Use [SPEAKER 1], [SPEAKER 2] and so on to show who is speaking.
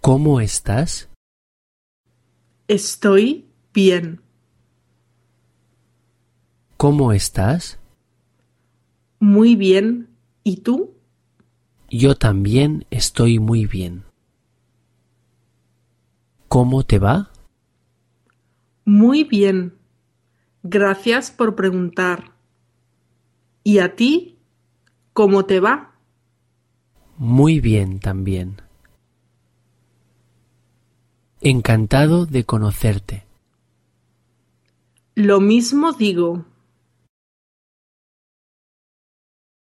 [SPEAKER 1] ¿Cómo estás?
[SPEAKER 2] Estoy bien,
[SPEAKER 1] ¿Cómo estás?
[SPEAKER 2] muy bien. ¿Y tú?
[SPEAKER 1] Yo también estoy muy bien. ¿Cómo te va?
[SPEAKER 2] Muy bien. Gracias por preguntar. ¿Y a ti? ¿Cómo te va?
[SPEAKER 1] Muy bien también. Encantado de conocerte.
[SPEAKER 2] Lo mismo digo.